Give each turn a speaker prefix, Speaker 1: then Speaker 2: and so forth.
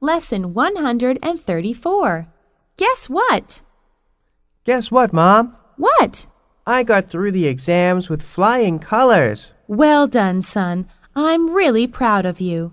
Speaker 1: Lesson 134. Guess what?
Speaker 2: Guess what, Mom?
Speaker 1: What?
Speaker 2: I got through the exams with flying colors.
Speaker 1: Well done, son. I'm really proud of you.